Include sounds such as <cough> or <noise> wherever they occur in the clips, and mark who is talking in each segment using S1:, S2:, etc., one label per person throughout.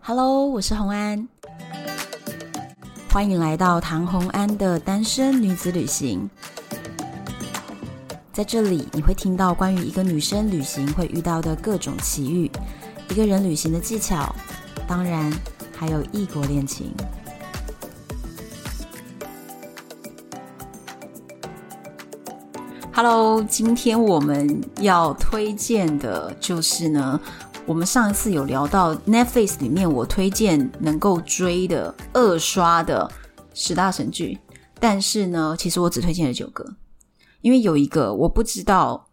S1: Hello，我是红安，欢迎来到唐红安的单身女子旅行。在这里，你会听到关于一个女生旅行会遇到的各种奇遇，一个人旅行的技巧，当然还有异国恋情。Hello，今天我们要推荐的就是呢，我们上一次有聊到 Netflix 里面我推荐能够追的二刷的十大神剧，但是呢，其实我只推荐了九个，因为有一个我不知道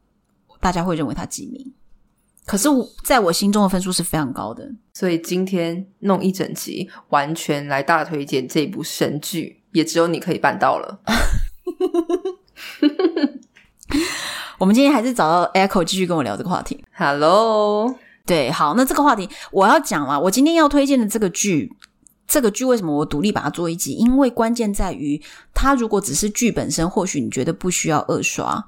S1: 大家会认为它几名，可是我在我心中的分数是非常高的。
S2: 所以今天弄一整集，完全来大推荐这部神剧，也只有你可以办到了。
S1: 我们今天还是找到 Echo 继续跟我聊这个话题。
S2: Hello，
S1: 对，好，那这个话题我要讲了。我今天要推荐的这个剧，这个剧为什么我独立把它做一集？因为关键在于，它如果只是剧本身，或许你觉得不需要二刷，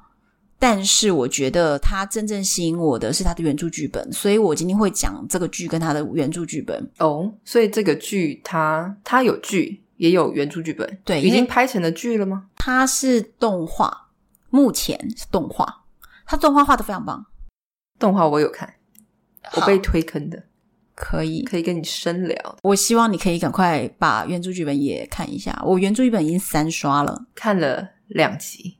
S1: 但是我觉得它真正吸引我的是它的原著剧本，所以我今天会讲这个剧跟它的原著剧本。
S2: 哦、所以这个剧它它有剧，也有原著剧本，
S1: 对
S2: 已
S1: 因
S2: 经
S1: 为
S2: 拍成了剧了吗？
S1: 它是动画，目前是动画，它动画画的非常棒，
S2: 动画我有看，我被
S1: 好
S2: 推坑的，
S1: 可以
S2: 可以跟你深聊。
S1: 我希望你可以赶快把原著剧本也看一下。我原著剧本已经三刷了，
S2: 看了两集，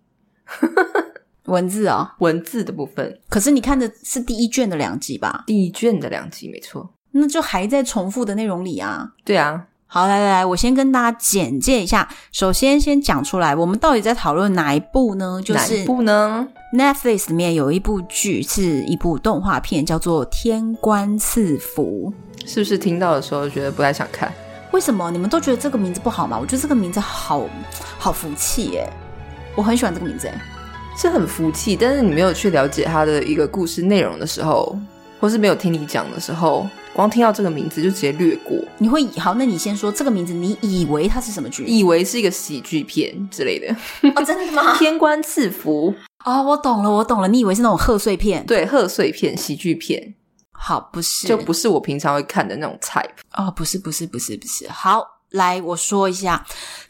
S1: 文字啊、
S2: 文字的部分，
S1: 可是你看的是第一卷的两集吧？
S2: 第一卷的两集，没错。
S1: 那就还在重复的内容里啊。
S2: 对啊，
S1: 好，来来来，我先跟大家简介一下。首先，先讲出来，我们到底在讨论哪一部呢？就
S2: 哪一
S1: 是
S2: 部呢？
S1: Netflix 里面有一部剧，是一部动画片，叫做《天官赐福》。
S2: 是不是听到的时候觉得不太想看？
S1: 为什么你们都觉得这个名字不好吗？我觉得这个名字好好福气耶，我很喜欢这个名字耶。
S2: 是很服气，但是你没有去了解他的一个故事内容的时候，或是没有听你讲的时候，光听到这个名字就直接略过，
S1: 你会好？那你先说这个名字，你以为它是什么剧？
S2: 以为是一个喜剧片之类的。 <laughs>
S1: 哦，真的吗？
S2: 天官赐福，
S1: 哦，我懂了，我懂了，你以为是那种贺岁片？
S2: 对，贺岁片、喜剧片，
S1: 好，不是，
S2: 就不是我平常会看的那种 type。
S1: 哦，不是，不是，不是，不是。好，来，我说一下。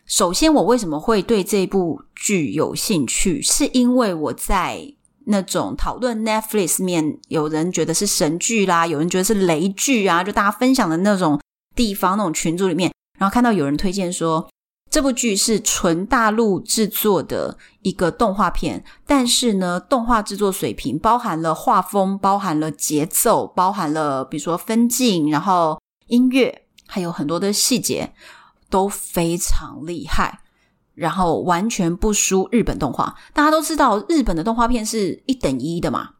S1: 首先，我为什么会对这部剧有兴趣，是因为我在那种讨论 Netflix 面，有人觉得是神剧啦，有人觉得是雷剧啊，就大家分享的那种地方、那种群组里面，然后看到有人推荐说。这部剧是纯大陆制作的一个动画片，但是呢，动画制作水平包含了画风，包含了节奏，包含了比如说分镜，然后音乐，还有很多的细节都非常厉害，然后完全不输日本动画。大家都知道，日本的动画片是一等一的嘛，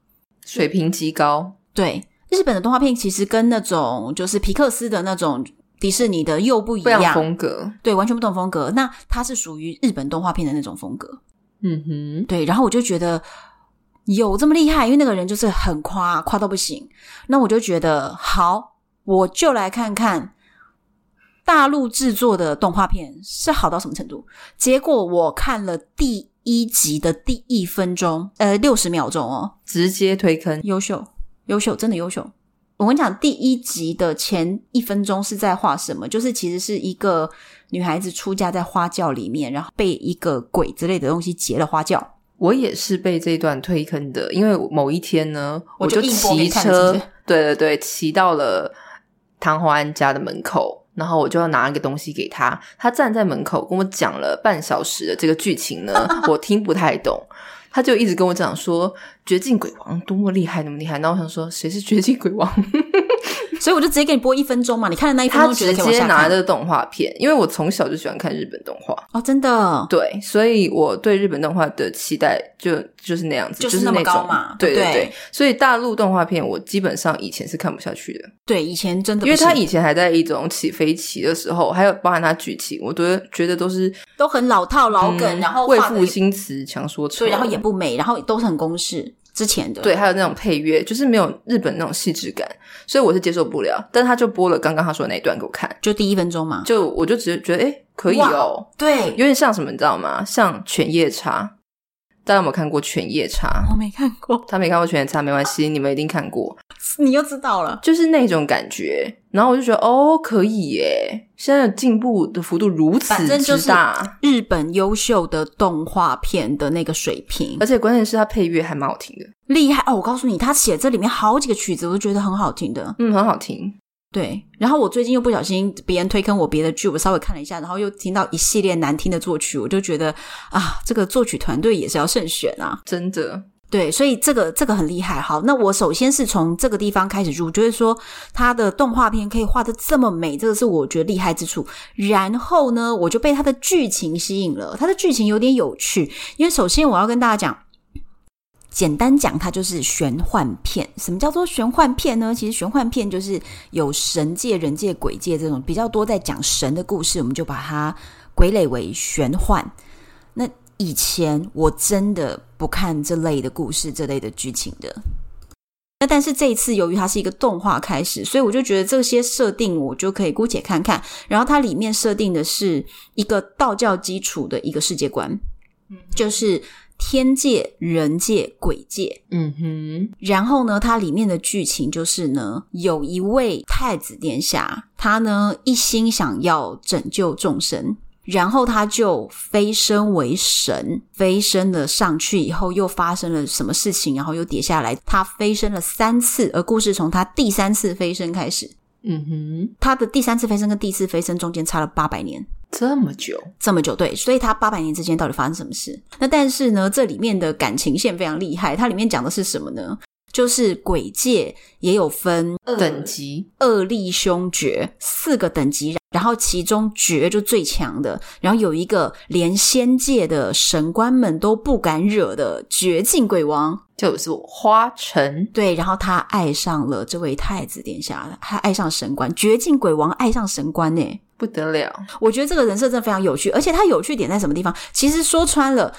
S2: 水平极高，
S1: 对，日本的动画片其实跟那种就是皮克斯的那种迪士尼的又不一
S2: 不一样
S1: 样，
S2: 风格。
S1: 对，完全不同风格。那它是属于日本动画片的那种风格，
S2: 嗯哼，
S1: 对，然后我就觉得有这么厉害，因为那个人就是很夸，夸到不行。那我就觉得好，我就来看看大陆制作的动画片是好到什么程度。结果我看了第一集的第一分钟，呃，六十秒钟哦，
S2: 直接推坑。
S1: 优秀，优秀，真的优秀。我跟你讲，第一集的前一分钟是在画什么？就是其实是一个女孩子出嫁在花轿里面，然后被一个鬼之类的东西劫了花轿。
S2: 我也是被这一段推坑的，因为我某一天呢，
S1: 我
S2: 就
S1: 就硬拨
S2: 骑
S1: 给你看
S2: 车，
S1: 是不是
S2: 对对对，骑到了唐华安家的门口，然后我就要拿一个东西给他，他站在门口跟我讲了半小时的这个剧情
S1: <laughs>
S2: 呢，我听不太懂。他就一直跟我讲说绝境鬼王多么厉害，多么厉害。然后我想说谁是绝境鬼
S1: <laughs>
S2: 王？
S1: 所以我就直接给你播一分钟嘛，你看的那一分
S2: 他
S1: 钟觉得可
S2: 直
S1: 以往
S2: 接
S1: 下
S2: 拿
S1: 看
S2: 着动画片，因为我从小就喜欢看日本动画，
S1: 哦，真的，
S2: 对，所以我对日本动画的期待就就是那样子，
S1: 就
S2: 就是是
S1: 那么
S2: 种
S1: 高嘛
S2: 对
S1: 对
S2: 对
S1: 不对
S2: 所以大陆动画片我基本上以前是看不下去的，
S1: 对，以前真的不
S2: 因为它
S1: 行
S2: 以前还在一种起飞期的时候，还有包含它剧情，我都觉得都是
S1: 都很老套老梗，
S2: 嗯
S1: 然后
S2: 为
S1: 画
S2: 赋
S1: 的
S2: 新词强说愁，
S1: 对，然后也不美，然后都是很公式之前的，
S2: 对，还有那种配乐，就是没有日本那种细致感，所以我是接受不了。但他就播了刚刚他说的那一段给我看，
S1: 就第一分钟嘛，
S2: 就我就只是觉得诶可以
S1: 哇
S2: 哦，
S1: 对，
S2: 有点像什么你知道吗？像犬夜叉。大家有没有看过《犬夜叉
S1: 我》？没看过，
S2: 他没看过《犬夜叉》没关系，你们一定看过。
S1: 你又知道了。
S2: 就是那种感觉。然后我就觉得，哦，可以耶！现在的进步的幅度如此
S1: 反正就
S2: 之
S1: 是
S2: 大，
S1: 日本优秀的动画片的那个水平
S2: 而且关键是它配乐还蛮好听的，
S1: 厉害哦！我告诉你，他写这里面好几个曲子，我都觉得很好听的。
S2: 嗯，很好听。
S1: 对，然后我最近又不小心别人推坑我别的剧，我稍微看了一下，然后又听到一系列难听的作曲，我就觉得啊，这个作曲团队也是要慎选啊。
S2: 真的，
S1: 对，所以这个这个很厉害。好，那我首先是从这个地方开始入，就是说他的动画片可以画的这么美，这个是我觉得厉害之处。然后呢，我就被他的剧情吸引了，他的剧情有点有趣，因为首先我要跟大家讲。简单讲，它就是玄幻片。什么叫做玄幻片呢？其实玄幻片就是有神界、人界、鬼界这种比较多在讲神的故事，我们就把它归类为玄幻。那以前我真的不看这类的故事、这类的剧情的。那但是这一次，由于它是一个动画开始，所以我就觉得这些设定我就可以姑且看看。然后它里面设定的是一个道教基础的一个世界观，就是天界、人界、鬼界。
S2: 嗯哼，
S1: 然后呢，它里面的剧情就是呢，有一位太子殿下，他呢一心想要拯救众生，然后他就飞升为神，飞升了上去以后，又发生了什么事情，然后又跌下来。他飞升了三次，而故事从他第三次飞升开始。
S2: 嗯哼，
S1: 他的第三次飞升跟第四次飞升中间差了八百年，
S2: 这么久，
S1: 这么久，对，所以他八百年之间到底发生什么事？那但是呢，这里面的感情线非常厉害，它里面讲的是什么呢？就是鬼界也有分
S2: 等级
S1: 恶力凶绝四个等级，然后其中绝就最强的，然后有一个连仙界的神官们都不敢惹的绝境鬼王，
S2: 就是花城，
S1: 对，然后他爱上了这位太子殿下，他爱上神官，绝境鬼王爱上神官呢、
S2: 不得了，
S1: 我觉得这个人设真的非常有趣，而且他有趣点在什么地方？其实说穿了，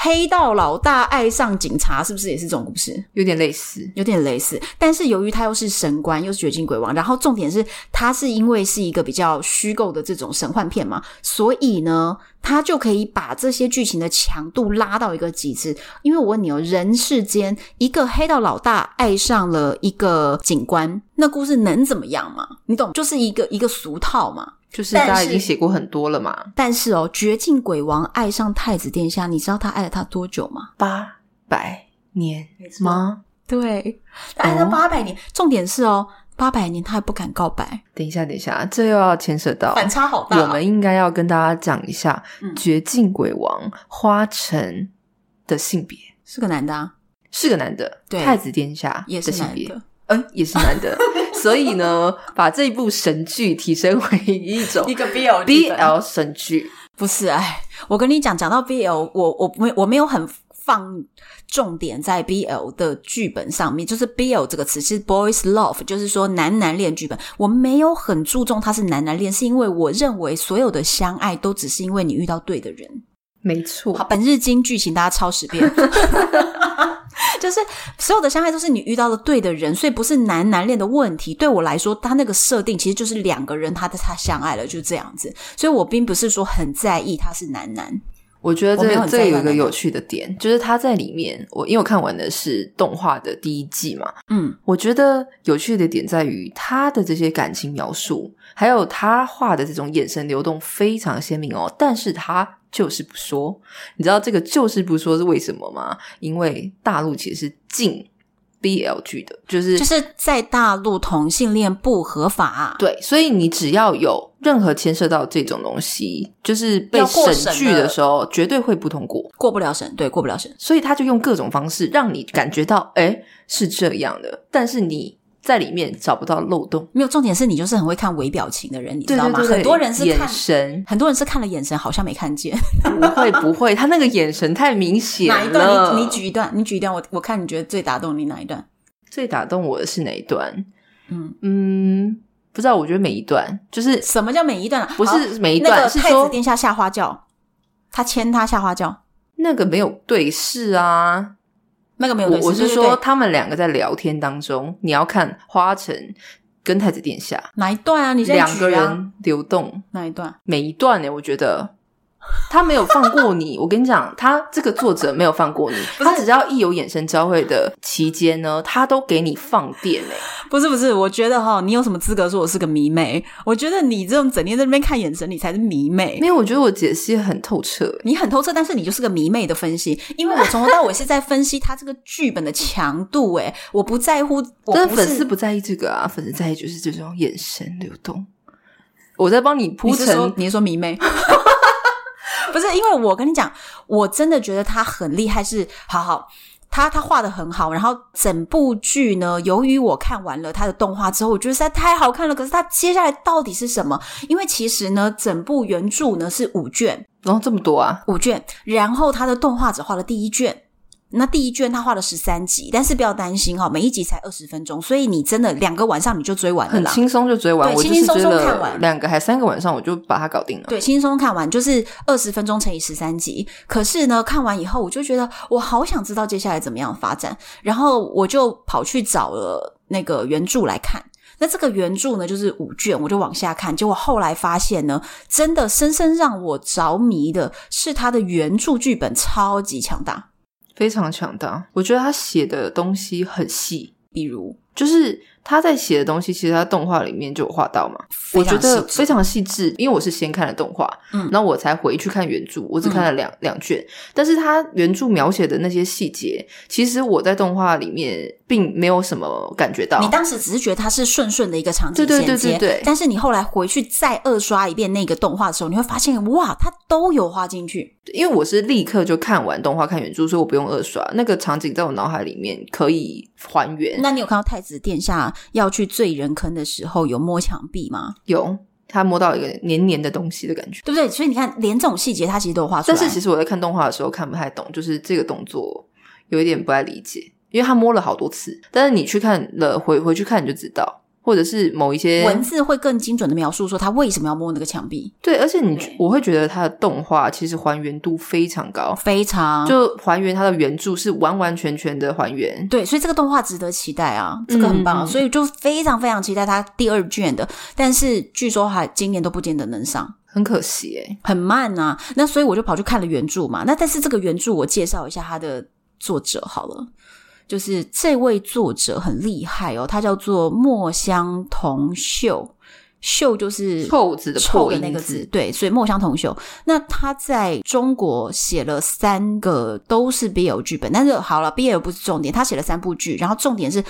S1: 黑道老大爱上警察，是不是也是这种故事？
S2: 有点类似。
S1: 有点类似，但是由于他又是神官，又是绝境鬼王，然后重点是他是因为是一个比较虚构的这种神幻片嘛，所以呢，他就可以把这些剧情的强度拉到一个极致。因为我问你哦，人世间一个黑道老大爱上了一个警官，那故事能怎么样嘛？你懂，就是一个一个俗套嘛。
S2: 就是
S1: 但
S2: 大
S1: 是
S2: 家已经写过很多了嘛，
S1: 但是哦，绝境鬼王爱上太子殿下，你知道他爱了他多久吗？
S2: 八百年吗？
S1: 对，爱了
S2: 哦
S1: 八百年。重点是哦，八百年他还不敢告白，
S2: 等一下，等一下，这又要牵涉到
S1: 差好
S2: 我们应该要跟大家讲一下
S1: 嗯
S2: 绝境鬼王花城的性别
S1: 是个男的啊，
S2: 是个男的，
S1: 对
S2: 太子殿下
S1: 也是
S2: 的性
S1: 男
S2: 别
S1: 的。
S2: 嗯，也是男
S1: <laughs>
S2: 的，所以呢，把这一部神剧提升为一种
S1: <laughs> 个 BL
S2: BL 神剧，
S1: 不是哎，我跟你讲，讲到 BL，我我没我没有很放重点在 BL 的剧本上面，就是 BL 这个词是 boys love，就是说男男恋剧本，我没有很注重它是男男恋，是因为我认为所有的相爱都只是因为你遇到对的人。
S2: 没
S1: 好，
S2: 错，
S1: 本日金句请大家抄十
S2: <laughs>
S1: 遍。就是所有的伤害都是你遇到的对的人，所以不是男男恋的问题。对我来说，他那个设定其实就是两个人他的他相爱了，就这样子。所以我并不是说很在意他是男男。
S2: 我觉得
S1: 我没有
S2: 这
S1: 很
S2: 这
S1: 在意
S2: 有一
S1: 男
S2: 个
S1: 的
S2: 有趣的点，就是他在里面，我因为我看完的是动画的第一季嘛，
S1: 嗯，
S2: 我觉得有趣的点在于他的这些感情描述，还有他画的这种眼神流动非常鲜明哦，但是他就是不说。你知道这个就是不说是为什么吗？因为大陆其实是禁 BL 剧的，就是
S1: 就是在大陆同性恋不合法、
S2: 对，所以你只要有任何牵涉到这种东西，就是被
S1: 要过
S2: 审
S1: 审
S2: 剧
S1: 的
S2: 的时候，绝对会不通过。
S1: 过不了审，对，过不了审。
S2: 所以他就用各种方式让你感觉到，哎，是这样的，但是你在里面找不到漏洞。
S1: 没有重点是你就是很会看微表情的人，你知
S2: 对
S1: 道
S2: 对
S1: 吗？
S2: 对对，
S1: 很多人是
S2: 眼
S1: 看，
S2: 神
S1: 很多人是看了眼神，好像没看见。
S2: 不会不会，他那个眼神太明显
S1: 哪一段？
S2: 了。
S1: <laughs> 你你举一段，你举一段，我我看你觉得最打动你哪一段？
S2: 最打动我的是哪一段？
S1: 嗯
S2: 嗯，不知道，我觉得每一段就是
S1: 什么叫每一段啊？
S2: 不
S1: 好
S2: 是每一
S1: 那
S2: 段，
S1: 个
S2: 是
S1: 太子
S2: 说
S1: 殿下下花轿，他牵他下花轿，
S2: 那个没有对视啊。
S1: 那个没有
S2: 我
S1: 对视
S2: 我是
S1: 对对
S2: 说
S1: 对
S2: 他们两个在聊天当中，你要看花城跟太子殿下
S1: 哪一段啊？你现在
S2: 两个
S1: 举啊
S2: 人流动
S1: 哪一段？
S2: 欸每一段呢、我觉得他没有放过你。我跟你讲，他这个作者没有放过你，他只要一有眼神交汇的期间呢，他都给你放电哎、
S1: 不是不是，我觉得哈，你有什么资格说我是个迷妹？我觉得你这种整天在那边看眼神，你才是迷妹
S2: 因。为我觉得我解析很透彻、欸，
S1: 你很透彻，但是你就是个迷妹的分析，因为我从头到尾是在分析他这个剧本的强度、诶，我不在乎，我
S2: 但
S1: 不
S2: 是 <laughs>
S1: 是
S2: 粉丝不在意这个啊，粉丝在意就是这种眼神流动。我在帮你铺
S1: 你是说
S2: 陈，
S1: 你是说迷妹？ <laughs> 不是，因为我跟你讲，我真的觉得他很厉害是，好好。他他画的很好，然后整部剧呢，由于我看完了他的动画之后，我觉得实在太好看了。可是他接下来到底是什么？因为其实呢，整部原著呢是五卷，
S2: 然后这么多啊，
S1: 五卷，然后他的动画只画了第一卷。那第一卷他画了十三集，但是不要担心哈、每一集才二十分钟，所以你真的两个晚上你就追完了
S2: 很
S1: 啦。
S2: 轻松就追完，
S1: 对
S2: 我就是
S1: 轻轻
S2: 追
S1: 松松看
S2: 了
S1: 完
S2: 两个还三个晚上，我就把它搞定了。
S1: 对，轻松看完就是二十分钟乘以十三集。可是呢，看完以后我就觉得我好想知道接下来怎么样发展，然后我就跑去找了那个原著来看。那这个原著呢，就是五卷，我就往下看。结果后来发现呢，真的深深让我着迷的是它的原著剧本超级强大。
S2: 非常强大。我觉得他写的东西很细，
S1: 比如，
S2: 就是他在写的东西，其实他动画里面就有画到嘛。
S1: 非
S2: 我觉
S1: 常
S2: 得
S1: 细致
S2: 非常细致，因为我是先看了动画，
S1: 嗯
S2: 然后我才回去看原著，我只看了两、两卷，但是他原著描写的那些细节，其实我在动画里面并没有什么感觉到。
S1: 你当时只是觉得它是顺顺的一个场景
S2: 对
S1: 衔
S2: 对
S1: 接，
S2: 对对对
S1: 但是你后来回去再二刷一遍那个动画的时候，你会发现哇，它都有画进去，
S2: 因为我是立刻就看完动画看原著，所以我不用二刷，那个场景在我脑海里面可以还原。
S1: 那你有看到太子殿下要去醉人坑的时候有摸墙壁吗？
S2: 有他摸到一个黏黏的东西的感觉，
S1: 对不对？所以你看，连这种细节它其实都有画出
S2: 但
S1: 来。
S2: 是其实我在看动画的时候看不太懂，就是这个动作有一点不太理解，因为他摸了好多次，但是你去看了回回去看你就知道，或者是某一些
S1: 文字会更精准的描述说他为什么要摸那个墙壁，
S2: 对，而且你
S1: 对
S2: 我会觉得它的动画其实还原度非常高，
S1: 非常
S2: 就还原它的原著是完完全全的还原。
S1: 对，所以这个动画值得期待啊，这个很棒啊、
S2: 嗯
S1: 所以就非常非常期待它第二卷的。但是据说还今年都不见得能上。
S2: 很可惜诶、
S1: 很慢啊。那所以我就跑去看了原著嘛。那但是这个原著我介绍一下它的作者好了，就是这位作者很厉害哦，他叫做墨香铜秀，秀就是
S2: 臭字的
S1: 臭
S2: 破
S1: 的
S2: 音
S1: 那个字，，对，所以墨香铜臭。那他在中国写了三个都是 BL 剧本，但是好了，BL 不是重点，他写了三部剧，然后重点是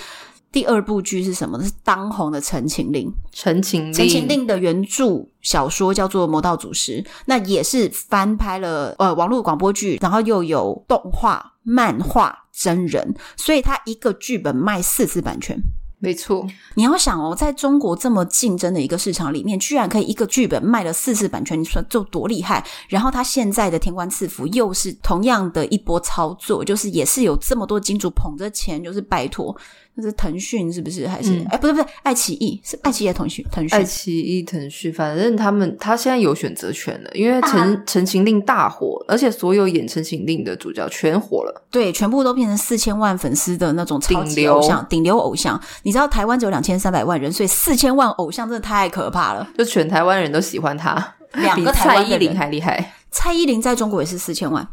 S1: 第二部剧是什么呢？是当红的《陈情令》。
S2: 陈情令，
S1: 《陈情令》的原著小说叫做《魔道祖师》，那也是翻拍了呃网络广播剧，然后又有动画、漫画、真人，所以它一个剧本卖四次版权。
S2: 没错，
S1: 你要想哦，在中国这么竞争的一个市场里面，居然可以一个剧本卖了四次版权，你说就多厉害？然后他现在的《天官赐福》又是同样的一波操作，就是也是有这么多金主捧着钱，就是拜托，那是腾讯是不是？还是
S2: 嗯
S1: 哎、不对不对，爱奇艺是爱奇艺还是腾讯？腾讯
S2: 爱奇艺、腾讯，反正他们他现在有选择权了，因为陈
S1: 啊
S2: 《陈情令》大火，而且所有演《陈情令》的主角全火了。
S1: 对，全部都变成四千万粉丝的那种超级偶像、顶流偶像。你知道台湾只有两千三百万人，所以四千万偶像真的太可怕了。
S2: 就全台湾人都喜欢他，
S1: 两个
S2: 比
S1: 台
S2: 蔡
S1: 湾
S2: 依
S1: 的
S2: 林
S1: 人，
S2: 还厉害。
S1: 蔡依林在中国也是四千万，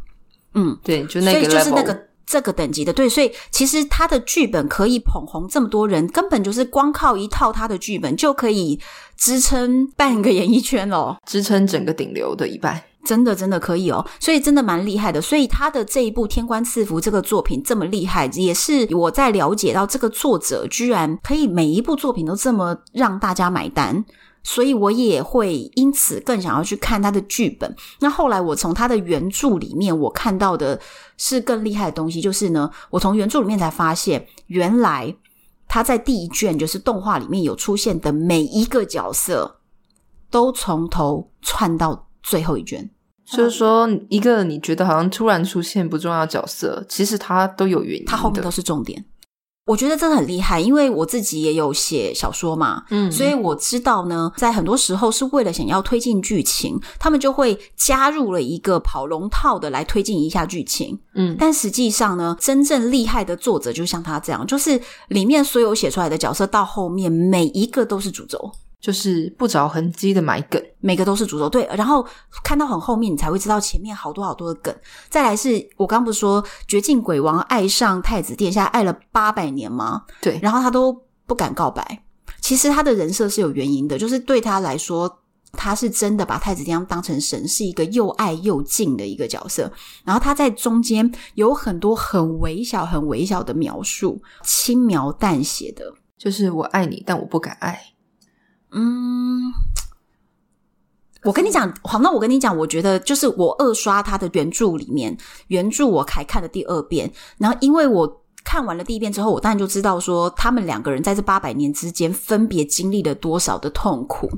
S1: 嗯，
S2: 对，就那
S1: 所以
S2: 个 level，
S1: 就是那个这个等级的。对，所以其实他的剧本可以捧红这么多人，根本就是光靠一套他的剧本就可以支撑半个演艺圈了。
S2: 支撑整个顶流的一半。
S1: 真的真的可以哦，所以真的蛮厉害的。所以他的这一部《天官赐福》这个作品这么厉害，也是我在了解到这个作者居然可以每一部作品都这么让大家买单。所以我也会因此更想要去看他的剧本。那后来我从他的原著里面，我看到的是更厉害的东西，就是呢，我从原著里面才发现，原来他在第一卷就是动画里面有出现的每一个角色，都从头串到最后一卷。嗯
S2: 就是说，一个你觉得好像突然出现不重要的角色，其实他都有原因的。
S1: 它后面都是重点。我觉得真的很厉害，因为我自己也有写小说嘛，
S2: 嗯，
S1: 所以我知道呢，在很多时候是为了想要推进剧情，他们就会加入了一个跑龙套的来推进一下剧情。
S2: 嗯，
S1: 但实际上呢，真正厉害的作者就像他这样，就是里面所有写出来的角色到后面每一个都是主轴，
S2: 就是不着痕迹的埋梗。
S1: 每个都是主轴对，然后看到很后面，你才会知道前面好多好多的梗。再来是我刚不是说绝境鬼王爱上太子殿下爱了八百年吗？
S2: 对，
S1: 然后他都不敢告白。其实他的人设是有原因的，就是对他来说，他是真的把太子殿下当成神，是一个又爱又敬的一个角色。然后他在中间有很多很微小、很微小的描述，轻描淡写的。
S2: 就是我爱你，但我不敢爱。
S1: 嗯，我跟你讲，好，那我跟你讲，我觉得就是我二刷他的原著里面，原著我还看了第二遍，然后因为我看完了第一遍之后，我当然就知道说他们两个人在这八百年之间分别经历了多少的痛苦，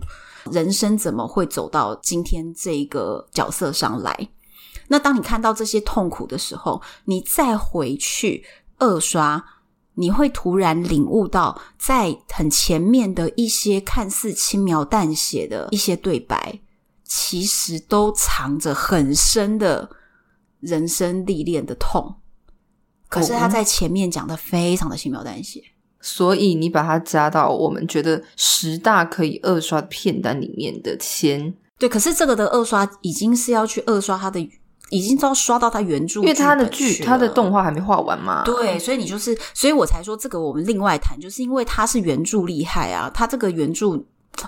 S1: 人生怎么会走到今天这个角色上来？那当你看到这些痛苦的时候，你再回去二刷，你会突然领悟到，在很前面的一些看似轻描淡写的一些对白，其实都藏着很深的人生历练的痛。可是他在前面讲的非常的轻描淡写，
S2: 所以你把它加到我们觉得十大可以二刷的片单里面的前，
S1: 对。可是这个的二刷已经是要去二刷他的，已经要刷到他原著，
S2: 因为它的剧、它
S1: 他
S2: 的动画还没画完嘛。
S1: 对，所以你就是，所以我才说这个我们另外谈，就是因为它是原著厉害啊，它这个原著，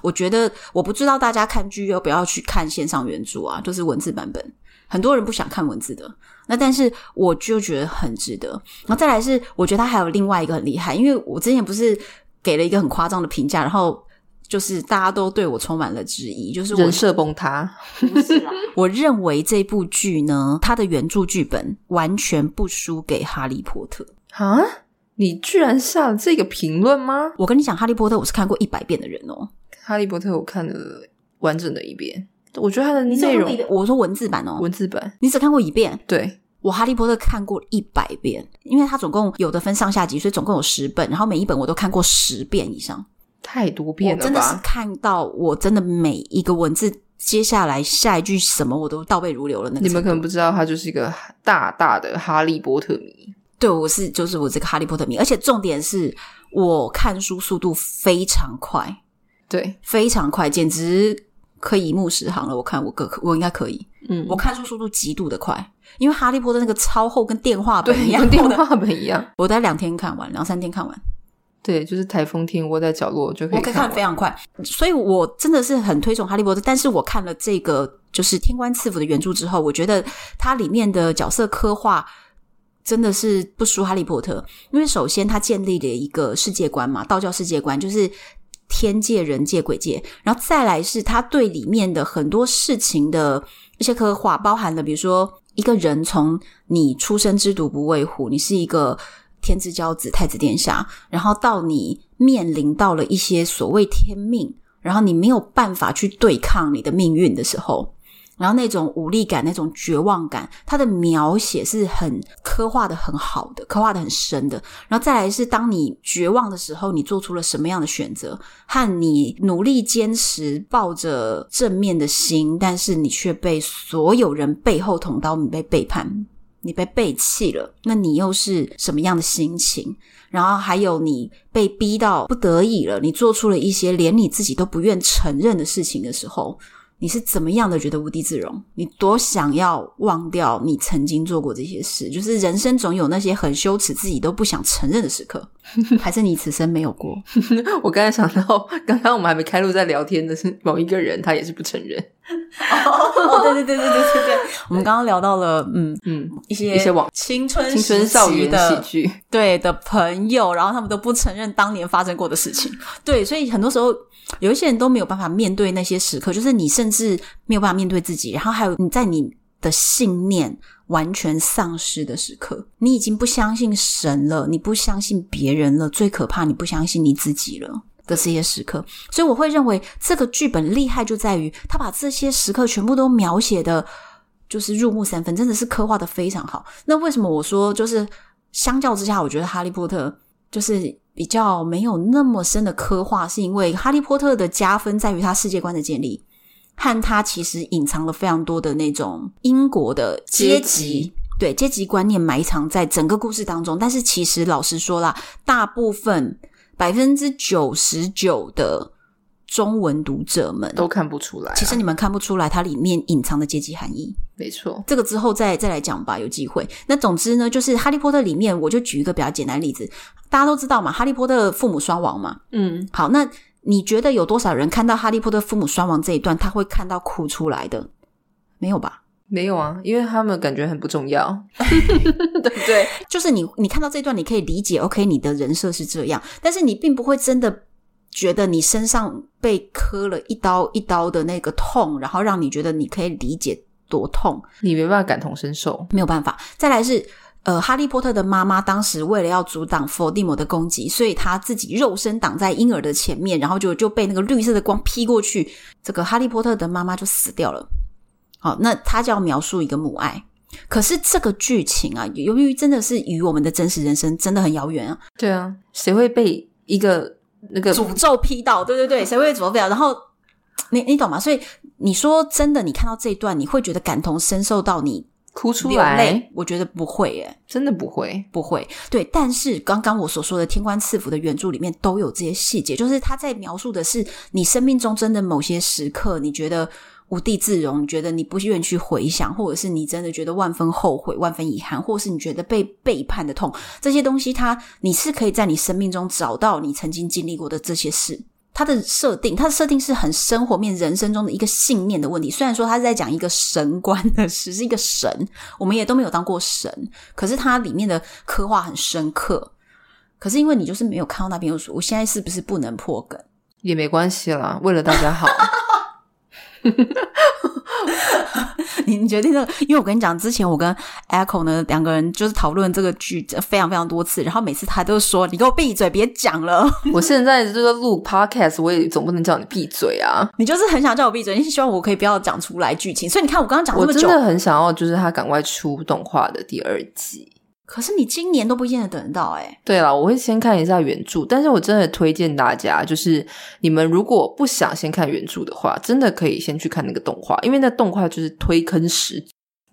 S1: 我觉得我不知道大家看剧要不要去看线上原著啊，就是文字版本，很多人不想看文字的，那但是我就觉得很值得。然后再来是，我觉得它还有另外一个很厉害，因为我之前不是给了一个很夸张的评价，然后。就是大家都对我充满了质疑，就是我
S2: 人设崩塌，
S1: 不是啦。我认为这部剧呢，它的原著剧本完全不输给《哈利波特》。
S2: 啊！你居然下了这个评论吗？
S1: 我跟你讲，《哈利波特》我是看过一百遍的人哦。
S2: 《哈利波特》我看了完整的一遍，我觉得它的内容
S1: 我说文字版哦，
S2: 文字版
S1: 你只看过一遍。
S2: 对，
S1: 我《哈利波特》看过一百遍，因为它总共有的分上下集，所以总共有十本，然后每一本我都看过十遍以上。
S2: 太多
S1: 我
S2: 遍了
S1: 真的是
S2: 吧？
S1: 看到，我真的每一个文字，接下来下一句什么我都倒背如流了。那个
S2: 你们
S1: 程度
S2: 可能不知道，他就是一个大大的哈利波特迷。
S1: 对我是就是我这个《哈利波特》迷，而且重点是我看书速度非常快，
S2: 对，
S1: 非常快，简直可以一目十行了。我看我可我应该可以。
S2: 嗯
S1: 我看书速度极度的快，因为《哈利波特》那个超厚，跟电话本
S2: <laughs> 对，
S1: 一样
S2: 跟 <laughs> 电
S1: 厚的，
S2: 话本一样。
S1: 我大概两天看完，两三天看完，
S2: 对，就是台风天窝在角落就可以
S1: 我可以看
S2: 完
S1: 得非常快，所以我真的是很推崇《哈利波特》，但是我看了这个就是《天官赐福》的原著之后，我觉得它里面的角色刻画。真的是不输《哈利波特》，因为首先它建立了一个世界观嘛，道教世界观就是天界、人界、鬼界，然后再来是他对里面的很多事情的一些刻画，包含了比如说一个人从你出生之犊不畏虎，你是一个天之骄子、太子殿下，然后到你面临到了一些所谓天命，然后你没有办法去对抗你的命运的时候。然后那种无力感、那种绝望感，它的描写是很刻画的很好的，刻画的很深的。然后再来是，当你绝望的时候，你做出了什么样的选择？和你努力坚持、抱着正面的心，但是你却被所有人背后捅刀，你被背叛，你被背弃了，那你又是什么样的心情？然后还有你被逼到不得已了，你做出了一些连你自己都不愿承认的事情的时候，你是怎么样的觉得无地自容？你多想要忘掉你曾经做过这些事？就是人生总有那些很羞耻、自己都不想承认的时刻，还是你此生没有过？
S2: 我刚才想到，刚刚我们还没开录，在聊天的是某一个人，他也是不承认。
S1: 哦，对对对对对对对，我们刚刚聊到了，嗯，
S2: 嗯，
S1: 一些
S2: 一些往
S1: 青春
S2: 青春
S1: 时
S2: 校
S1: 期
S2: 园喜
S1: 的
S2: 剧，
S1: 对的朋友，然后他们都不承认当年发生过的事情，对，所以很多时候有一些人都没有办法面对那些时刻，就是你甚至没有办法面对自己，然后还有你在你的信念完全丧失的时刻，你已经不相信神了，你不相信别人了，最可怕你不相信你自己了。的这些时刻，所以我会认为这个剧本厉害就在于他把这些时刻全部都描写的，就是入木三分，真的是刻画的非常好。那为什么我说就是相较之下，我觉得《哈利波特》就是比较没有那么深的刻画，是因为《哈利波特》的加分在于它世界观的建立，和它其实隐藏了非常多的那种英国的阶
S2: 阶
S1: 级
S2: 级。
S1: 对阶级观念埋藏在整个故事当中，但是其实老实说啦，大部分百分之九十九的中文读者们，
S2: 都看不出来啊、
S1: 其实你们看不出来它里面隐藏的阶级含义。
S2: 没错，
S1: 这个之后再再来讲吧，有机会。那总之呢，就是《哈利波特》里面，我就举一个比较简单的例子，大家都知道嘛，哈利波特父母双亡嘛。
S2: 嗯，
S1: 好，那你觉得有多少人看到哈利波特父母双亡这一段，他会看到哭出来的？没有吧？
S2: 没有啊，因为他们感觉很不
S1: <laughs>
S2: 重要，对不对？
S1: 就是你你看到这一段，你可以理解，OK，你的人设是这样，但是你并不会真的觉得你身上被磕了一刀一刀的那个痛，然后让你觉得你可以理解多痛。
S2: 你没办法感同身受，
S1: 没有办法。再来是呃，哈利波特的妈妈当时为了要阻挡伏地魔的攻击，所以她自己肉身挡在婴儿的前面，然后就就被那个绿色的光劈过去，这个哈利波特的妈妈就死掉了。好，那他就要描述一个母爱。可是这个剧情啊，由于真的是与我们的真实人生真的很遥远啊，
S2: 对啊，谁会被一个那个
S1: 诅咒劈到，对对对，谁会诅咒劈到？然后你你懂吗？所以你说真的，你看到这一段，你会觉得感同身受到你
S2: 哭出
S1: 流
S2: 来
S1: 泪？？我觉得不会耶、
S2: 真的不会，
S1: 不会，对，但是刚刚我所说的《天官赐福》的原著里面都有这些细节，就是他在描述的是你生命中真的某些时刻，你觉得无地自容，你觉得你不愿去回想，或者是你真的觉得万分后悔、万分遗憾，或是你觉得被背叛的痛，这些东西它，你是可以在你生命中找到你曾经经历过的这些事。它的设定，它的设定是很生活面、人生中的一个信念的问题。虽然说他在讲一个神观的事，是一个神，我们也都没有当过神，可是它里面的刻画很深刻。可是因为你就是没有看到那边，我说我现在是不是不能破梗？ <laughs>
S2: 也没关系啦，为了大家好，
S1: 你你决定这个？因为我跟你讲，之前我跟 Echo 呢两个人就是讨论这个剧呃非常非常多次，然后每次他都说：“你给我闭嘴，别讲了。 <laughs>
S2: 我现在就是录 podcast，我也总不能叫你闭嘴啊！”
S1: 你就是很想叫我闭嘴，你是希望我可以不要讲出来剧情。所以你看，我刚刚讲
S2: 我
S1: 这啊么
S2: 真
S1: 久，
S2: 的很想要，就是他赶快出动画的第二季。
S1: 可是你今年都不见得等得到哎、欸
S2: 对了，我会先看一下原著，但是我真的推荐大家，就是你们如果不想先看原著的话，真的可以先去看那个动画，因为那动画就是推坑石，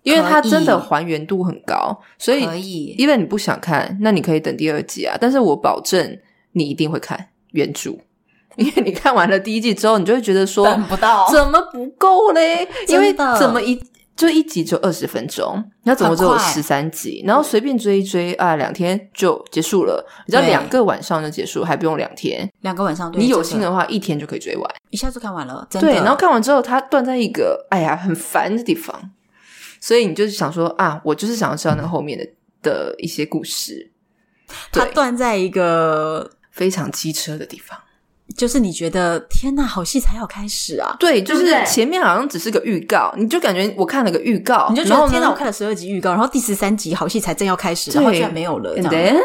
S2: 因为它
S1: 可以
S2: 真的还原度很高，所以
S1: 可以。
S2: 因为你不想看，那你可以等第二季啊。但是我保证你一定会看原著， <laughs> 因为你看完了第一季之后，你就会觉得说
S1: 等不到
S2: 怎么不够嘞？因为
S1: 真的
S2: 怎么一就一集就二十分钟，那总共只有
S1: 很快
S2: 十三集，然后随便追一追啊，两天就结束了。你知道
S1: 对
S2: 两个晚上就结束，还不用两天。
S1: 两个晚上，对
S2: 你有
S1: 真
S2: 心的话，一天就可以追完。
S1: 一下就看完了，真的。
S2: 对，然后看完之后，它断在一个哎呀很烦的地方，所以你就是想说啊，我就是想要知道那后面的的一些故事。
S1: 它
S2: 对
S1: 断在一个，
S2: 非常机车的地方。
S1: 就是你觉得天呐，好戏才要开始啊！
S2: 对，就
S1: 对
S2: 是
S1: 不对
S2: 前面好像只是个预告，你就感觉我看了个预告，
S1: 你就觉
S2: 哦然后
S1: 得
S2: 呢
S1: 天哪，我看了十二集预告，然后第十三集好戏才正要开始，然后居然没有了，这
S2: And
S1: 样
S2: then，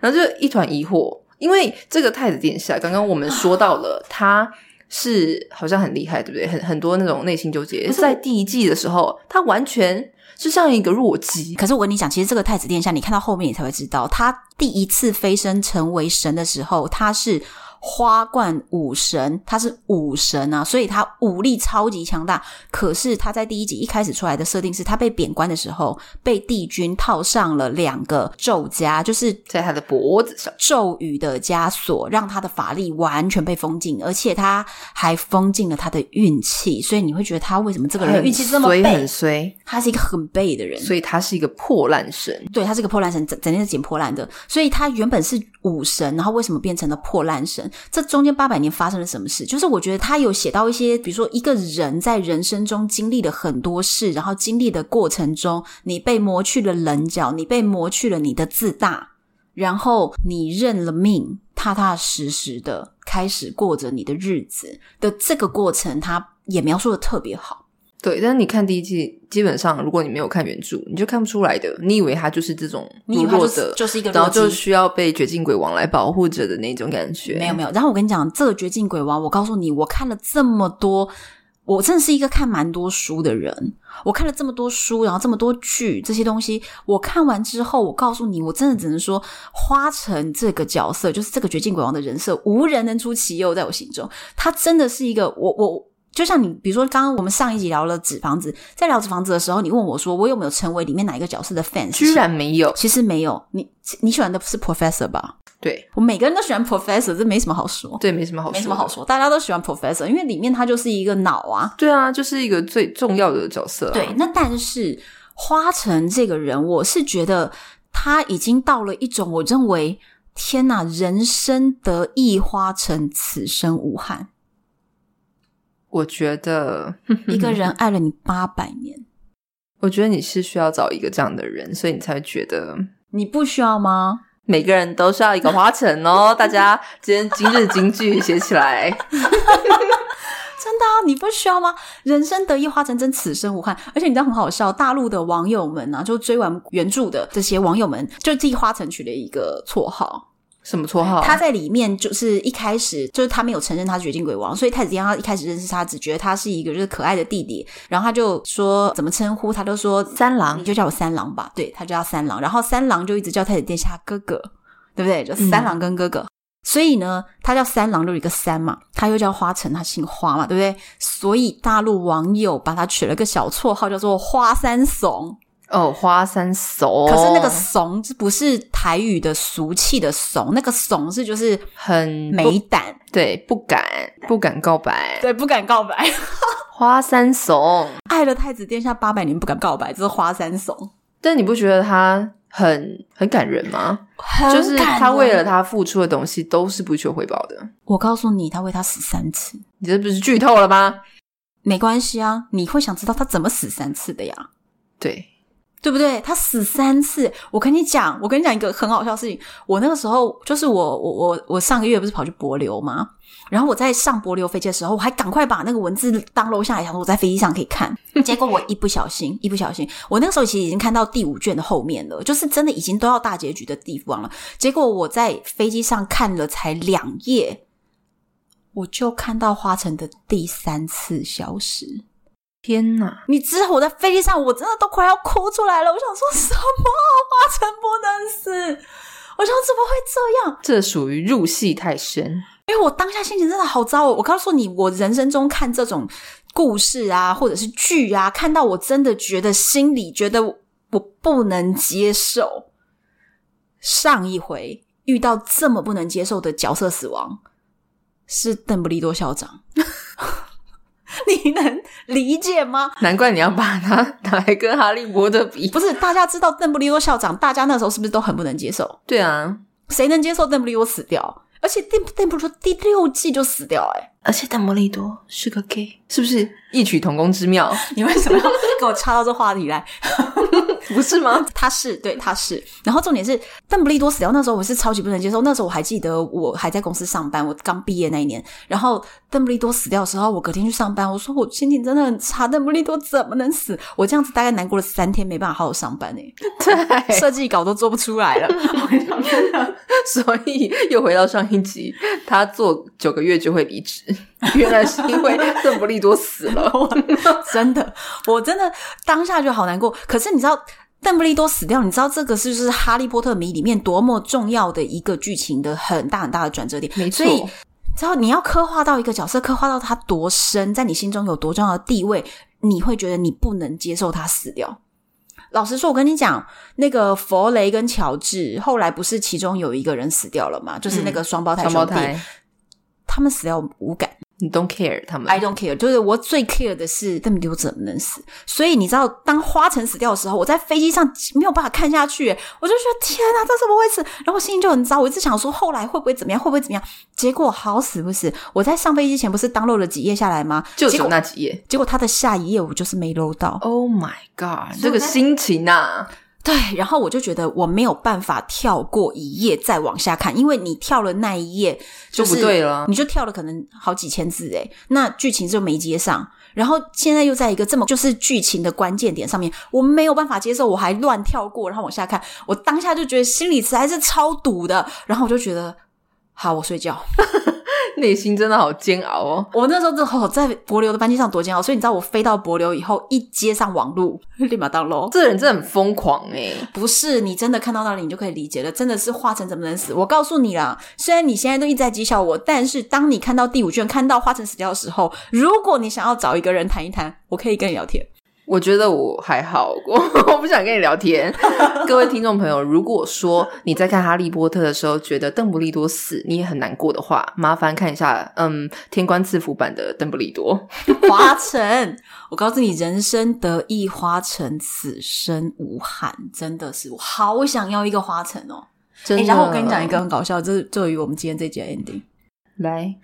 S2: 然后就一团疑惑，因为这个太子殿下，刚刚我们说到 <laughs> 了，他是好像很厉害，对不对？很很多那种内心纠结，
S1: 可是
S2: 在第一季的时候，他完全就像一个弱鸡，
S1: 可是我跟你讲，其实这个太子殿下，你看到后面你才会知道，他第一次飞升成为神的时候，他是花冠武神，他是武神啊，所以他武力超级强大。可是他在第一集一开始出来的设定是，他被贬官的时候，被帝君套上了两个咒枷，就是
S2: 在他的脖子上。
S1: 咒语的枷锁，让他的法力完全被封禁，而且他还封禁了他的运气，所以你会觉得他为什么这个人运气这么
S2: 所以
S1: 背
S2: 很？衰，
S1: 他是一个很背的人，
S2: 所以他是一个破烂神。
S1: 对他是个破烂神，整整天是捡破烂的，所以他原本是武神，然后为什么变成了破烂神？这中间八百年发生了什么事？就是我觉得他有写到一些，比如说一个人在人生中经历了很多事，然后经历的过程中，你被磨去了棱角，你被磨去了你的自大，然后你认了命，踏踏实实的开始过着你的日子的这个过程，他也描述的特别好。
S2: 对，但是你看第一季，基本上如果你没有看原著，你就看不出来的。你以为他就是这种
S1: 你以为他
S2: 弱
S1: 就是
S2: 的，
S1: 就是一个
S2: 然后
S1: 弱
S2: 就
S1: 鸡
S2: 需要被绝境鬼王来保护着的那种感觉。
S1: 没有没有。然后我跟你讲，这个《绝境鬼王》，我告诉你，我看了这么多，我真的是一个看蛮多书的人。我看了这么多书，然后这么多剧，这些东西，我看完之后，我告诉你，我真的只能说，花城这个角色，就是这个绝境鬼王的人设，无人能出其右，在我心中，他真的是一个我我。就像你，比如说刚刚我们上一集聊了《纸房子》，在聊《纸房子》的时候，你问我说我有没有成为里面哪一个角色的 fans？
S2: 居然没有，
S1: 其实没有，你你喜欢的是 Professor 吧？
S2: 对
S1: 我每个人都喜欢 Professor，这没什么好说，
S2: 对，没什么好，
S1: 没什么好。说，大家都喜欢 Professor，因为里面他就是一个脑啊。
S2: 对啊，就是一个最重要的角色、啊。
S1: 对，那但是花城这个人，我是觉得他已经到了一种我认为天哪，人生得意花城，此生无
S2: <laughs>
S1: 憾。
S2: 我觉得，
S1: <laughs> 一个人爱了你八百年，
S2: <laughs> 我觉得你是需要找一个这样的人，所以你才会觉得
S1: 你不需要吗？
S2: 每个人都是要一个花城哦。大家今天今日金句写起来，
S1: 真的、啊，你不需要吗？人生得意花城真，此生无憾。而且你知道很好笑，大陆的网友们啊，就追完原著的这些网友们，就替花城取了一个绰号。
S2: 什么绰号？
S1: <laughs> 他在里面就是一开始就是他没有承认他是绝境鬼王，所以太子殿下一开始认识他，只觉得他是一个就是可爱的弟弟，然后他就说怎么称呼他都说
S2: 三郎
S1: 你就叫我三郎吧，对他就叫三郎，然后三郎就一直叫太子殿下哥哥，对不对？就三郎跟哥哥。所以呢，他叫三郎，就有一个三嘛，他又叫花城，他姓花嘛，对不对？所以大陆网友把他取了个小绰号，叫做花三怂。
S2: 哦，花三怂。
S1: 可是那个怂不是台语的俗气的怂，那个怂是就是
S2: 很不
S1: 没胆，
S2: 对，不敢不敢告白，
S1: 对，不敢告白，
S2: 花三怂。
S1: 爱了太子殿下八百年不敢告白，这是花三怂，
S2: 但你不觉得他很很感人吗？就是他为了。他付出的东西都是不求回报的。
S1: 我告诉你，他为他死三次，
S2: 你这不是剧透了吗？
S1: 没关系啊，你会想知道他怎么死三次的呀，
S2: 对，
S1: 对不对？他死三次，我跟你讲，我跟你讲一个很好笑的事情。我那个时候就是我我我我上个月不是跑去博流吗？然后我在上博流飞机的时候，我还赶快把那个文字当楼下来，想说我在飞机上可以看。结果我一不小心，一不小心，我那个时候其实已经看到第五卷的后面了，就是真的已经都要大结局的地方了。结果我在飞机上看了才两页，我就看到花城的第三次消失。
S2: 天哪！
S1: 你知道我在飞机上，我真的都快要哭出来了。我想说什么？花城不能死！我想怎么会这样？
S2: 这属于入戏太深。
S1: 因为我当下心情真的好糟哦！我告诉你，我人生中看这种故事啊，或者是剧啊，看到我真的觉得心里觉得我不能接受。上一回遇到这么不能接受的角色死亡，是邓布利多校长， <laughs> 你能理解吗？
S2: 难怪你要把它拿来跟哈利波特比。
S1: 不是大家知道邓布利多校长，大家那时候是不是都很不能接受？
S2: 对啊，
S1: 谁能接受邓布利多死掉？而且邓邓布利多第六季就死掉、欸，
S2: 而且邓布利多是个 gay，是不是异曲同工之 <laughs> 妙？
S1: 你为什么要给我插到这话题来？
S2: 不是 <laughs> 吗？
S1: <laughs> 他是对，他是。然后重点是邓布利多死掉那时候，我是超级不能接受。那时候我还记得，我还在公司上班，我刚毕业那一年。然后邓布利多死掉的时候，我隔天去上班，我说我心情真的很差，邓布利多怎么能死？我这样子大概难过了三天，没办法好好上班呢、
S2: 对，
S1: 设计稿都做不出来了。
S2: <laughs> 所以又回到上一集，他做九个月就会离职，原来是因为邓布利多死了。
S1: 真的，我真的当下就好难过。可是你知道邓布利多死掉，你知道这个是就是《哈利波特》迷里面多么重要的一个剧情的很大很大的转折点。
S2: 没
S1: 所以，只要你要刻画到一个角色，刻画到他多深，在你心中有多重要的地位，你会觉得你不能接受他死掉。老实说，我跟你讲，那个佛雷跟乔治后来不是其中有一个人死掉了嘛？就是那个双胞胎
S2: 嗯双
S1: 兄
S2: 胞
S1: 弟，
S2: 胎，
S1: 他们死掉我无感。
S2: 你 don't care 他们
S1: I don't care，就是我最 care 的是邓布利多怎么能死。所以你知道，当花城死掉的时候，我在飞机上没有办法看下去，我就觉得天啊，这怎么回事？然后我心情就很糟，我一直想说后来会不会怎么样，会不会怎么样？结果好死不死，我在上飞机前不是当漏了几页下来吗？
S2: 就只
S1: 结
S2: 有
S1: 果
S2: 那几页。
S1: 结果他的下一页我就是没漏到。
S2: Oh my god！
S1: 所以
S2: 这
S1: 我
S2: 个
S1: 在
S2: 心情啊呐、
S1: 对，然后我就觉得我没有办法跳过一页再往下看，因为你跳了那一页
S2: 就
S1: 就是
S2: 不对了
S1: 你就跳了可能好几千字诶，那剧情就没接上，然后现在又在一个这么就是剧情的关键点上面，我没有办法接受，我还乱跳过，然后往下看，我当下就觉得心里实在是超堵的，然后我就觉得好，我睡觉，
S2: 内心真的好煎熬哦。
S1: 我那时候之后在柏流的班机上多煎熬，所以你知道我飞到柏流以后，一接上网路，立马当 low。
S2: 这人真的很疯狂哎、
S1: 不是你真的看到那里，你就可以理解了，真的是化成怎么能死？我告诉你啦，虽然你现在都一直在讥笑我，但是当你看到第五卷，看到化成死掉的时候，如果你想要找一个人谈一谈，我可以跟你聊天。
S2: 我觉得我还好，我 <laughs> 我不想跟你
S1: <laughs>
S2: 聊天。各位听众朋友，如果说你在看《哈利波特》的时候觉得邓布利多死你也很难过的话，麻烦看一下嗯天官赐福版的邓布利多。
S1: 华晨，我告诉你，人生得意花城，此生无憾，真的是我好想要一个花城哦。
S2: 真
S1: 诶
S2: 的，
S1: 然后我跟你讲一个，很搞笑，这是对于我们今天这节 ending，
S2: 来，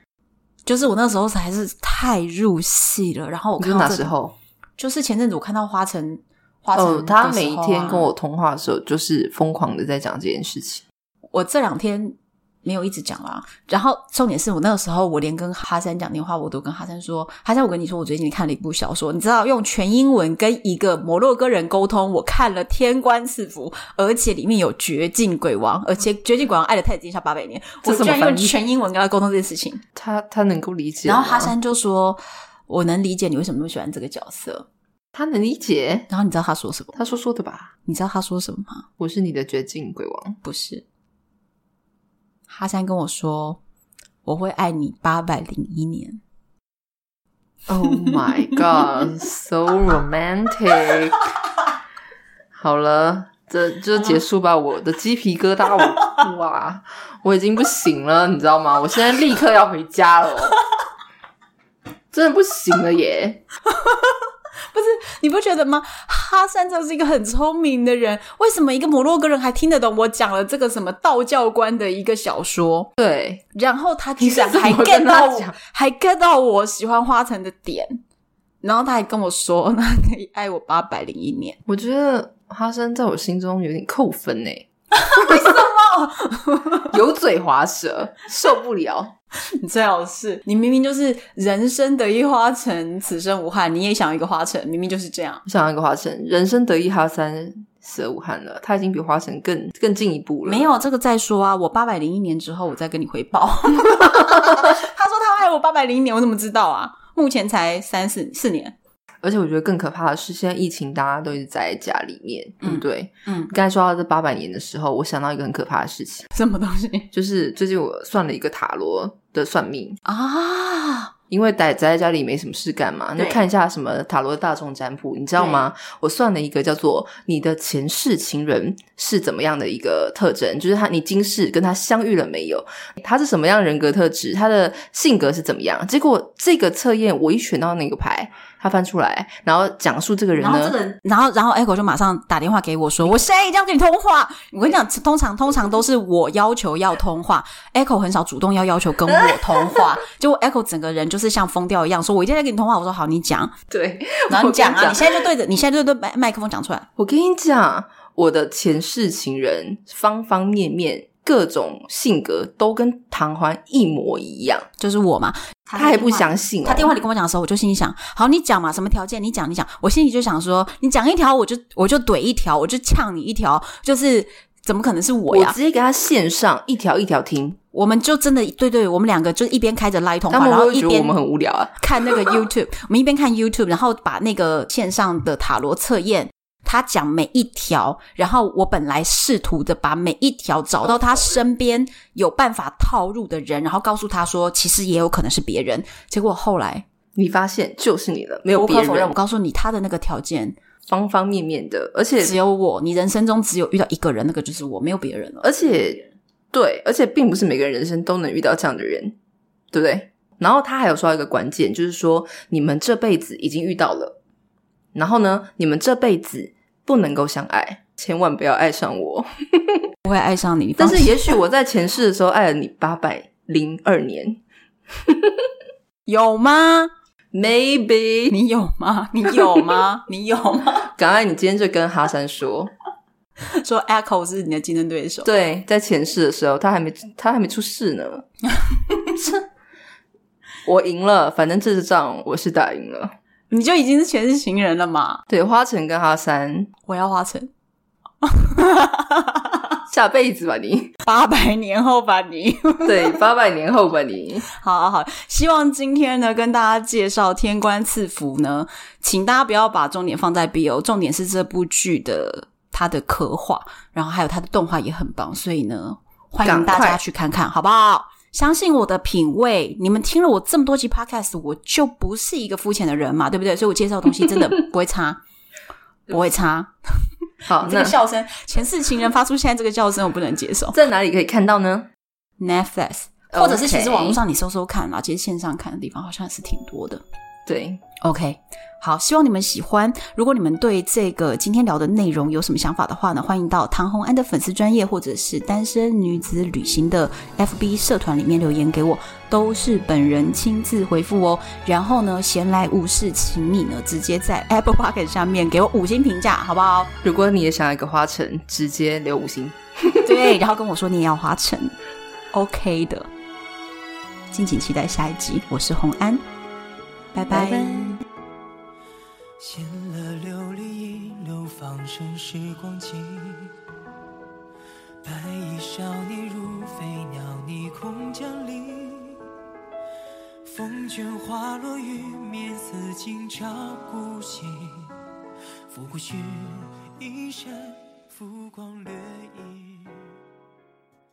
S1: 就是我那时候还是太入戏了，然后我
S2: 我
S1: 看
S2: 是
S1: 到
S2: 哪
S1: 这
S2: 时候？
S1: 就是前阵子我看到花城，花城、
S2: 哦，他每
S1: 啊
S2: 一天跟我，通话的时候，就是疯狂的在讲这件事情。
S1: 我这两天没有一直讲啦。然后重点是我那个时候，我连跟哈山讲电话，我都跟哈山说：“哈山，我跟你说，我最近看了一部小说，你知道用全英文跟一个摩洛哥人沟通，我看了《天官赐福》，而且里面有绝境鬼王，而且绝境鬼王爱的太低下八百年，
S2: <laughs> 这
S1: 我
S2: 什么
S1: 居然
S2: 翻
S1: 用
S2: 译
S1: 全英文跟他沟通这件事情。”
S2: 他他能够理解吗，
S1: 然后哈山就说：“
S2: 啊
S1: 我能理解你为什么那么喜欢这个角色。
S2: 他能理”解，
S1: 然后你知道他说什么？
S2: 他说说的吧？
S1: 你知道他说什么吗？
S2: 我是你的绝境鬼王，
S1: 不是，哈山跟我说：“我会爱你八百零一年。
S2: Oh my god, so romantic！好了，这就结束吧。我的鸡皮疙瘩，我哇，我已经不行了，你知道吗？我现在立刻要回家了，真的不行了耶！”
S1: 你不觉得吗？哈山真的是一个很聪明的人，为什么一个摩洛哥人还听得懂我讲了这个什么道教观的一个小说？
S2: 对，
S1: 然后他居然
S2: 你是怎
S1: 还
S2: 么跟
S1: get
S2: 他
S1: 到我
S2: 讲，
S1: 还 get 到我喜欢花城的点，然后他还跟我说：“那可以爱我八百零一年。”
S2: 我觉得哈森在我心中有点扣分呢、为什么？ <laughs> 油嘴滑舌，受不了。
S1: 你 <laughs> 最好是，你明明就是人生得意花城，此生无憾，你也想要一个花城，明明就是这样。
S2: 我想要一个花生，人生得意哈森舍武汉了，他已经比花生更更进一步了。
S1: 没，有这个再说啊，我八百零一年之后我再跟你回 <laughs> 报。他说他爱我八百零一年，我怎么知道啊？目前才三四四年，
S2: 而且我觉得更可怕的是，现在疫情大家都一直宅在家里面，对不
S1: 嗯
S2: 对？
S1: 嗯，
S2: 刚才说到这八百年的时候，我想到一个很可怕的事情，
S1: 什么东西
S2: 就是最近我算了一个塔罗的算命，
S1: 啊？
S2: 因为待宅在家里没什么事干嘛，那
S1: 对
S2: 就看一下什么塔罗大众占卜，你知道吗？我算了一个叫做你的前世情人是怎么样的一个特征，就是他你今世跟他相遇了没有，他是什么样人格特质，他的性格是怎么样。结果这个测验我一选到那个牌，他翻出来，然后讲述这个人呢，
S1: 人，嗯然后然后 Echo 就马上打电话给我说，我现在一定要跟你通话。我跟你讲，通常通常都是我要求要通话，Echo 很少主动要要求跟我通 <laughs> 话。结果 Echo 整个人就是像疯掉一样，说我一定要跟你通话。我说好，你讲。
S2: 对，
S1: 然后你讲
S2: 我跟
S1: 啊，你现在就对着，你现在就对麦麦克风讲出来。
S2: 我跟你讲，我的前世情人方方面面。各种性格都跟唐欢一模一样，
S1: 就是我嘛，
S2: 他还不相信、哦。
S1: 他电话里跟我讲的时候，我就心里想：好，你讲嘛，什么条件？你讲，你讲。我心里就想说，你讲一条，我就我就怼一条，我就呛你一条，就是怎么可能是我
S2: 我
S1: 呀？
S2: 直接给他线上一条一条听，
S1: 我们就真的对对，我们两个就一边开着 Line 通
S2: 他
S1: 话，
S2: 们
S1: 然
S2: 会
S1: 后
S2: 不会
S1: 一
S2: 觉得我
S1: 边
S2: 们很无聊啊。
S1: <laughs> 看那个 YouTube，我们一边看 YouTube，然后把那个线上的塔罗测验，他讲每一条，然后我本来试图的把每一条找到他身边有办法套入的人，然后告诉他说，其实也有可能是别人。结果后来
S2: 你发现就是你了，没有
S1: 无
S2: 别
S1: 可否认，我
S2: 人，
S1: 告诉你他的那个条件
S2: 方方面面的，而且
S1: 只有我，你人生中只有遇到一个人，那个就是我，没有别人了。
S2: 而且对，而且并不是每个人人生都能遇到这样的人，对不对？然后他还有说到一个关键，就是说你们这辈子已经遇到了，然后呢，你们这辈子不能够相爱，千万不要爱上我。
S1: 不会爱上你，你
S2: 但
S1: 放
S2: 是
S1: 心
S2: 也许我在前世的时候爱了你八百零二年
S1: 有吗？
S2: ，maybe
S1: 你有吗？你有吗？ <laughs> 你有吗？
S2: 赶快，你今天就跟哈山说，
S1: 说 Echo 是你的竞争对手，
S2: 对，在前世的时候，他还没他还没出世呢。 <laughs> 我赢了，反正这次仗我是打赢了。
S1: 你就已经是全是情人了嘛？
S2: 对，花城跟哈三
S1: 我要花城。
S2: 下辈子吧你，
S1: 八百年后吧你。
S2: 对， <laughs> 八百年后吧你。
S1: 好好好，希望今天呢跟大家介绍《天官赐福》呢，请大家不要把重点放在 BO，重点是这部剧的它的刻画，然后还有它的动画也很棒，所以呢，欢迎大
S2: 赶
S1: 家
S2: 快
S1: 去看看，好不好？相信我的品味，你们听了我这么多集 podcast，我就不是一个肤浅的人嘛，对不对？所以我介绍的东西真的不会
S2: <laughs>
S1: 差，不会差。
S2: 好，
S1: 这
S2: 那
S1: 个笑声，前世情人发出现在这个笑声，我不能接受。
S2: 在哪里可以看到呢？
S1: Netflix，或者是其实
S2: OK
S1: 网络上你搜搜看啦，其实线上看的地方好像是挺多的。
S2: 对，
S1: OK，好，希望你们喜欢。如果你们对这个今天聊的内容有什么想法的话呢，欢迎到唐红安的粉丝专业或者是单身女子旅行的 FB 社团里面留言给我，都是本人亲自回复哦。然后呢，闲来无事，请你呢直接在 Apple p o c k e t 上面给我五星评价，好不好？
S2: 如果你也想要一个花城，直接留五星。
S1: <laughs> 对，然后跟我说你也要花城，OK 的。敬请期待下一集，我是红安，拜拜
S3: 闲了琉璃衣，流芳尘时光迹。白衣少年如飞鸟逆空降临，风卷花落雨绵丝轻çal孤行。拂过须衣衫，浮光掠影。